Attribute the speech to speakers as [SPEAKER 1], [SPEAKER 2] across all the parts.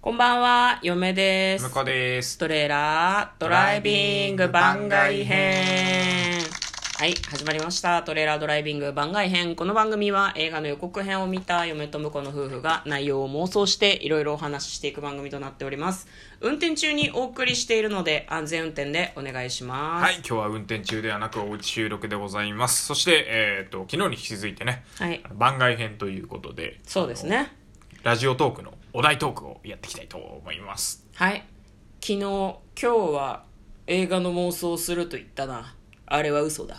[SPEAKER 1] こんばんは、嫁です。
[SPEAKER 2] 向こうです。
[SPEAKER 1] トレーラードライビング番外編。はい、始まりました。トレーラードライビング番外編。この番組は映画の予告編を見た嫁と婿の夫婦が内容を妄想していろいろお話ししていく番組となっております。運転中にお送りしているので安全運転でお願いします。
[SPEAKER 2] はい、今日は運転中ではなくおうち収録でございます。そして、えっ、と、昨日に引き続いてね、
[SPEAKER 1] はい
[SPEAKER 2] あの番外編ということで、
[SPEAKER 1] そうですね。
[SPEAKER 2] あの。ラジオトークのお題トークをやっていきたいと思います。
[SPEAKER 1] はい。昨日、今日は映画の妄想をすると言ったな。あれは嘘だ。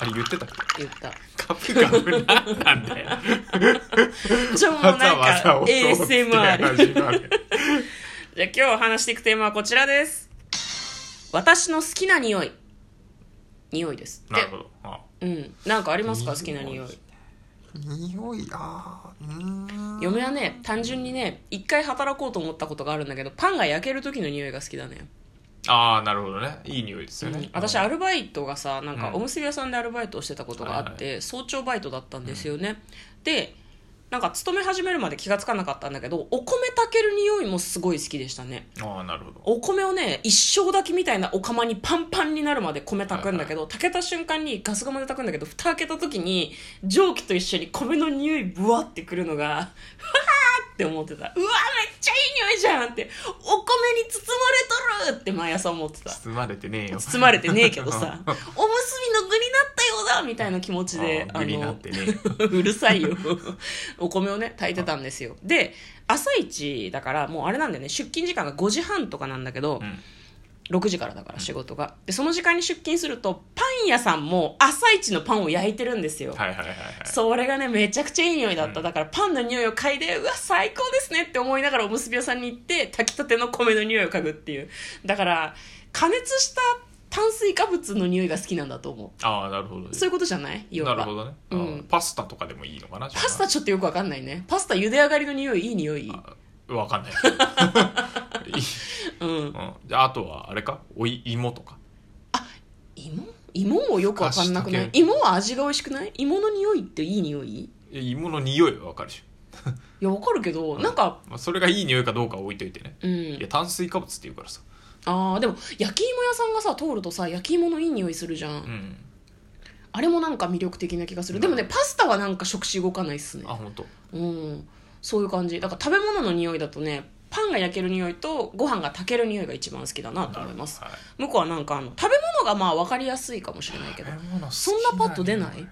[SPEAKER 2] あれ言ってたっけ
[SPEAKER 1] 言った。
[SPEAKER 2] カップガブなんなんだよ。
[SPEAKER 1] ちょもうなんか ASMR
[SPEAKER 2] 始まる。
[SPEAKER 1] じゃあ今日話していくテーマはこちらです私の好きな匂い匂いです
[SPEAKER 2] なるほど。あ
[SPEAKER 1] でうんなんかありますか好きな匂い
[SPEAKER 2] 匂い、あーうーん。
[SPEAKER 1] 嫁はね単純にね一回働こうと思ったことがあるんだけどパンが焼ける時の匂いが好きだね、
[SPEAKER 2] あー、なるほどね。いい匂いですよね。
[SPEAKER 1] うん私アルバイトがさなんか
[SPEAKER 2] うん
[SPEAKER 1] おむすび屋さんでアルバイトをしてたことがあって、早朝バイトだったんですよね、でなんか勤め始めるまで気がつかなかったんだけどお米炊ける匂いもすごい好きでしたね
[SPEAKER 2] あー、なるほど。
[SPEAKER 1] お米をね一生炊きみたいなお釜にパンパンになるまで米炊くんだけど、炊けた瞬間にガス釜で炊くんだけど蓋開けた時に蒸気と一緒に米の匂いブワってくるのが うわーって思ってたうわめっちゃいい匂いじゃんってお米に包まれとるって毎朝思ってた
[SPEAKER 2] 包まれてねえよ。
[SPEAKER 1] 包まれてねえけど さおむすびの具になったようだみたいな気持ちで
[SPEAKER 2] あー具になってねえ よ。
[SPEAKER 1] うるさいよ お米をね炊いてたんですよで朝一だからもうあれなんだよね出勤時間が5時半とかなんだけど、
[SPEAKER 2] うん
[SPEAKER 1] 6時からだから仕事がでその時間に出勤するとパン屋さんも朝一のパンを焼いてるんですよ、
[SPEAKER 2] はいはいはいはい。
[SPEAKER 1] それがねめちゃくちゃいい匂いだった、
[SPEAKER 2] うん
[SPEAKER 1] だからパンの匂いを嗅いでうわ最高ですねって思いながらおむすび屋さんに行って炊きたての米の匂いを嗅ぐっていうだから加熱した炭水化物の匂いが好きなんだと思
[SPEAKER 2] あー、なるほど
[SPEAKER 1] う。そういうことじゃない要
[SPEAKER 2] な
[SPEAKER 1] は
[SPEAKER 2] るほどね、あ
[SPEAKER 1] うん
[SPEAKER 2] パスタとかでもいいのかなパ
[SPEAKER 1] パスタちょっとよくわかんないねパスタ茹で上がりの匂いいい匂い
[SPEAKER 2] わかんない、 いい
[SPEAKER 1] うん
[SPEAKER 2] うん、じゃああとはあれかおい芋とか
[SPEAKER 1] 芋芋もよくわかんなくない
[SPEAKER 2] 菓子
[SPEAKER 1] 芋は味が美味しくない芋の匂いっていい匂いい
[SPEAKER 2] いや芋の匂いはわかるでし
[SPEAKER 1] やわかるけど
[SPEAKER 2] ょ
[SPEAKER 1] なんか
[SPEAKER 2] うまあ、それがいい匂いかどうかは置いといてね、
[SPEAKER 1] う
[SPEAKER 2] いや
[SPEAKER 1] ん、
[SPEAKER 2] 炭水化物っていうからさ
[SPEAKER 1] あーでも焼き芋屋さんがさ通るとさ焼き芋のいい匂いするじゃん、
[SPEAKER 2] うん
[SPEAKER 1] あれもなんか魅力的な気がするでもねパスタはなんか食指動かないっすね
[SPEAKER 2] あ本当。
[SPEAKER 1] うんそういう感じだから食べ物の匂いだとねパンが焼ける匂いとご飯が炊ける匂いが一番好きだなと思います
[SPEAKER 2] なる
[SPEAKER 1] 向こうはなんかあの食べ物がまあ分かりやすいかもしれないけど
[SPEAKER 2] ほどはい食べ物好きだね
[SPEAKER 1] そんなパッと出ない
[SPEAKER 2] うん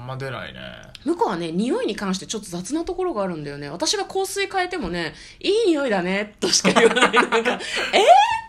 [SPEAKER 2] あんま出ない ね
[SPEAKER 1] 向こうはね匂いに関してちょっと雑なところがあるんだよね私が香水変えてもねいい匂いだねとしか言わないなんかえー、っ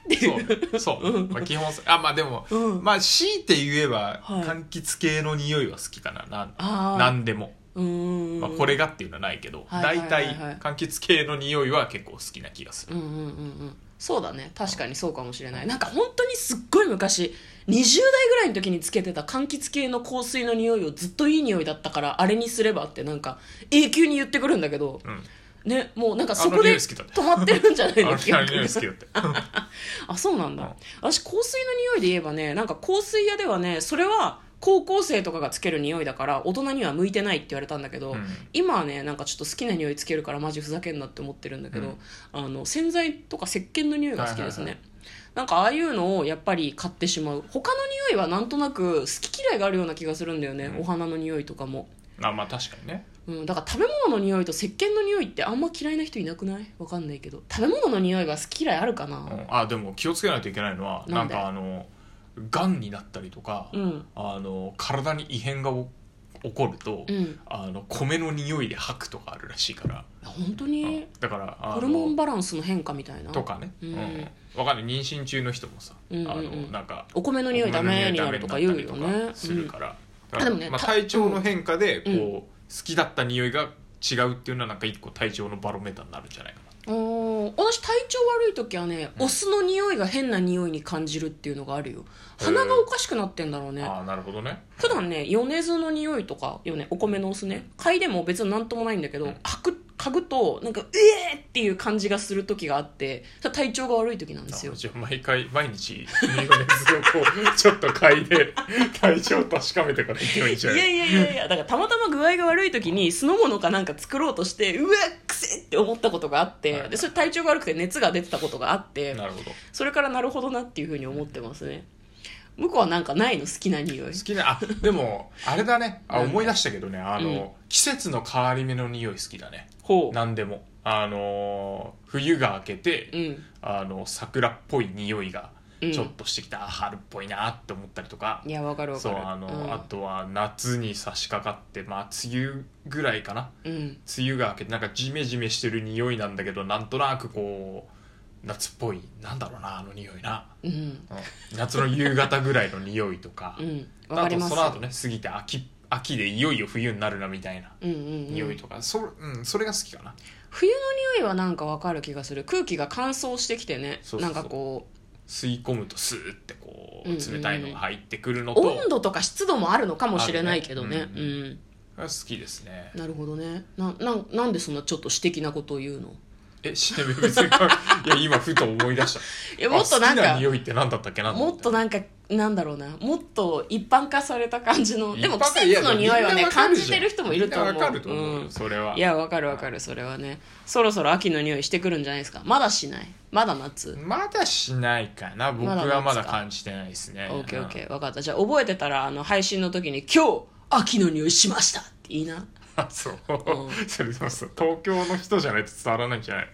[SPEAKER 1] ていう
[SPEAKER 2] そうそう、まあ、基本あまあでも、
[SPEAKER 1] うん
[SPEAKER 2] まあ強いて言えば、
[SPEAKER 1] はい
[SPEAKER 2] 柑橘系の匂いは好きかななん
[SPEAKER 1] あー
[SPEAKER 2] なんでも
[SPEAKER 1] うーん、
[SPEAKER 2] まあ、これがっていうのはないけど、
[SPEAKER 1] はいはいはいはい
[SPEAKER 2] 大体柑橘系の匂いは結構好きな気がする、
[SPEAKER 1] うんうんうんうんそうだね確かにそうかもしれないなんか本当にすっごい昔20代ぐらいの時につけてた柑橘系の香水の匂いをずっといい匂いだったからあれにすればってなんか永久に言ってくるんだけど
[SPEAKER 2] うん、
[SPEAKER 1] ねもうなんかそこ
[SPEAKER 2] あの匂
[SPEAKER 1] で
[SPEAKER 2] い好きだね
[SPEAKER 1] 止まってるんじゃない
[SPEAKER 2] あ
[SPEAKER 1] の
[SPEAKER 2] の
[SPEAKER 1] 記
[SPEAKER 2] 匂
[SPEAKER 1] 憶
[SPEAKER 2] い
[SPEAKER 1] が
[SPEAKER 2] 好きだって
[SPEAKER 1] あそうなんだ私香水の匂いで言えばねなんか香水屋ではねそれは高校生とかがつける匂いだから大人には向いてないって言われたんだけど、
[SPEAKER 2] うん
[SPEAKER 1] 今はねなんかちょっと好きな匂いつけるからマジふざけんなって思ってるんだけど、
[SPEAKER 2] うん
[SPEAKER 1] あの洗剤とか石鹸の匂いが好きですね、
[SPEAKER 2] はいはいは
[SPEAKER 1] なんかああいうのをやっぱり買ってしまう他の匂いはなんとなく好き嫌いがあるような気がするんだよね、
[SPEAKER 2] うん
[SPEAKER 1] お花の匂いとかも、
[SPEAKER 2] あまあ確かにね
[SPEAKER 1] うん、だから食べ物の匂いと石鹸の匂いってあんま嫌いな人いなくないわかんないけど食べ物の匂いは好き嫌いあるかな、
[SPEAKER 2] うんあでも気をつけないといけないのは
[SPEAKER 1] な
[SPEAKER 2] なんん
[SPEAKER 1] で
[SPEAKER 2] かあのがんになったりとか、
[SPEAKER 1] うん
[SPEAKER 2] あの体に異変がお起こると、
[SPEAKER 1] うん
[SPEAKER 2] あの米の匂いで吐くとかあるらしいから、
[SPEAKER 1] 本当に
[SPEAKER 2] だからあの
[SPEAKER 1] ホルモンバランスの変化みたいな
[SPEAKER 2] とかね、
[SPEAKER 1] う
[SPEAKER 2] うんんわかんない妊娠中の人もさ、
[SPEAKER 1] うんうんうん
[SPEAKER 2] あのなんか
[SPEAKER 1] お米の匂いダメになるとか言うよ
[SPEAKER 2] お米の匂いダメにな
[SPEAKER 1] ね
[SPEAKER 2] ったりとかするから、
[SPEAKER 1] ん
[SPEAKER 2] だ
[SPEAKER 1] あ
[SPEAKER 2] から
[SPEAKER 1] でもね
[SPEAKER 2] まあ、
[SPEAKER 1] た
[SPEAKER 2] 体調の変化でこう、
[SPEAKER 1] うん
[SPEAKER 2] 好きだった匂いが違うっていうのはなんか一個体調のバロメーターになるんじゃないかな
[SPEAKER 1] うんおー私体調悪い時はね、
[SPEAKER 2] うん
[SPEAKER 1] お酢の匂いが変な匂いに感じるっていうのがあるよ
[SPEAKER 2] へー
[SPEAKER 1] 鼻がおかしくなってんだろうね
[SPEAKER 2] ああなるほどね
[SPEAKER 1] 普段ね米酢の匂いとかよねお米のお酢ね嗅いでも別になんともないんだけど、
[SPEAKER 2] うん
[SPEAKER 1] 嗅ぐ嗅ぐとなんかうえーっていう感じがする時があってそれ体調が悪い時なんですよ
[SPEAKER 2] あじゃあ毎回毎日ミオネスをこうちょっと嗅いで 体調を確かめてから行けばいいん
[SPEAKER 1] い
[SPEAKER 2] じゃ
[SPEAKER 1] や
[SPEAKER 2] ない
[SPEAKER 1] いやいやいやだからたまたま具合が悪い時に酢の物かなんか作ろうとしてうわくせっって思ったことがあって、
[SPEAKER 2] はい
[SPEAKER 1] でそれ体調が悪くて熱が出てたことがあって
[SPEAKER 2] なるほど
[SPEAKER 1] それからなるほどなっていうふうに思ってますね向こうはなんかないの好きな匂い
[SPEAKER 2] 好きなあでもあれだねあ
[SPEAKER 1] なんだ
[SPEAKER 2] 思い出したけどねあの、
[SPEAKER 1] うん
[SPEAKER 2] 季節の変わり目の匂い好きだね
[SPEAKER 1] ほう
[SPEAKER 2] 何でもあのー冬が明けて、
[SPEAKER 1] うん
[SPEAKER 2] あの桜っぽい匂いが
[SPEAKER 1] うん
[SPEAKER 2] ちょっとしてきた、あ春っぽいなって思ったりとか
[SPEAKER 1] いやわかるわか
[SPEAKER 2] そう
[SPEAKER 1] る
[SPEAKER 2] あの、
[SPEAKER 1] うん
[SPEAKER 2] あとは夏に差し掛かってまあ梅雨ぐらいかな
[SPEAKER 1] うん
[SPEAKER 2] 梅雨が明けてなんかジメジメしてる匂いなんだけどなんとなくこう夏っぽいなんだろうなあの匂いな、
[SPEAKER 1] うん
[SPEAKER 2] うん夏の夕方ぐらいの匂いとか、
[SPEAKER 1] うんわかります
[SPEAKER 2] あとその後ね過ぎて秋秋でいよいよ冬になるなみたいな
[SPEAKER 1] うんうんうん
[SPEAKER 2] 匂いとか、そうん、それが好きかな
[SPEAKER 1] 冬の匂いはなんかわかる気がする空気が乾燥してきてね
[SPEAKER 2] そうそうそう
[SPEAKER 1] なんかこ
[SPEAKER 2] 吸い込むとスーってこう
[SPEAKER 1] うんうんうん
[SPEAKER 2] 冷たいのが入ってくるの
[SPEAKER 1] う
[SPEAKER 2] と、
[SPEAKER 1] 温度とか湿度もあるのかもしれないけどね
[SPEAKER 2] あるね
[SPEAKER 1] う、
[SPEAKER 2] うんが好きですね
[SPEAKER 1] なるほどねななんなんでそんなちょっと私的なことを言うの
[SPEAKER 2] えシネメ 別にいや今ふと思い出した
[SPEAKER 1] いやもっとなん
[SPEAKER 2] あ好きな
[SPEAKER 1] か
[SPEAKER 2] 匂いって何だったっけな
[SPEAKER 1] もっと
[SPEAKER 2] な
[SPEAKER 1] なんかなんだろうなもっと一般化された感じのでも
[SPEAKER 2] 一般化
[SPEAKER 1] 季節の匂いはね
[SPEAKER 2] や
[SPEAKER 1] 感じてる人もいると思う
[SPEAKER 2] みんなわかると思うよ、
[SPEAKER 1] うん
[SPEAKER 2] それはい
[SPEAKER 1] やわかるわかるそれはねそろそろ秋の匂いしてくるんじゃないですかまだしないまだ夏
[SPEAKER 2] まだしないかな僕
[SPEAKER 1] まだ
[SPEAKER 2] は
[SPEAKER 1] ま
[SPEAKER 2] ま
[SPEAKER 1] だ
[SPEAKER 2] だ
[SPEAKER 1] か
[SPEAKER 2] 感じてないですね
[SPEAKER 1] OKOK 分かったじゃあ覚えてたらあの配信の時に「今日秋の匂いしました」っていいな
[SPEAKER 2] あそう、
[SPEAKER 1] う
[SPEAKER 2] それそうそう東京の人じゃないと伝わらないんじゃない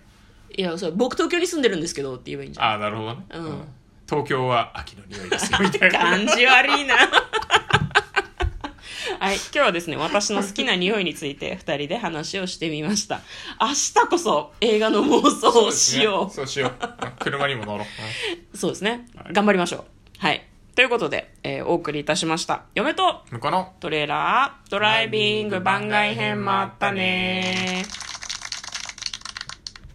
[SPEAKER 1] いやそれ僕東京に住んでるんですけどって言えばいいんじゃん
[SPEAKER 2] ああなるほどね、
[SPEAKER 1] うん
[SPEAKER 2] 東京は秋の匂いですよ みたいな
[SPEAKER 1] 感じ悪 いなはい今日はですね私の好きな匂いについて2人で話をしてみました明日こそ映画の妄想をしよう
[SPEAKER 2] そうしよううん車にも乗ろう
[SPEAKER 1] そうですね、
[SPEAKER 2] はい
[SPEAKER 1] 頑張りましょうはいということで、えーお送りいたしました嫁と
[SPEAKER 2] うん向こうの
[SPEAKER 1] トレーラードライビング番外編もあったねー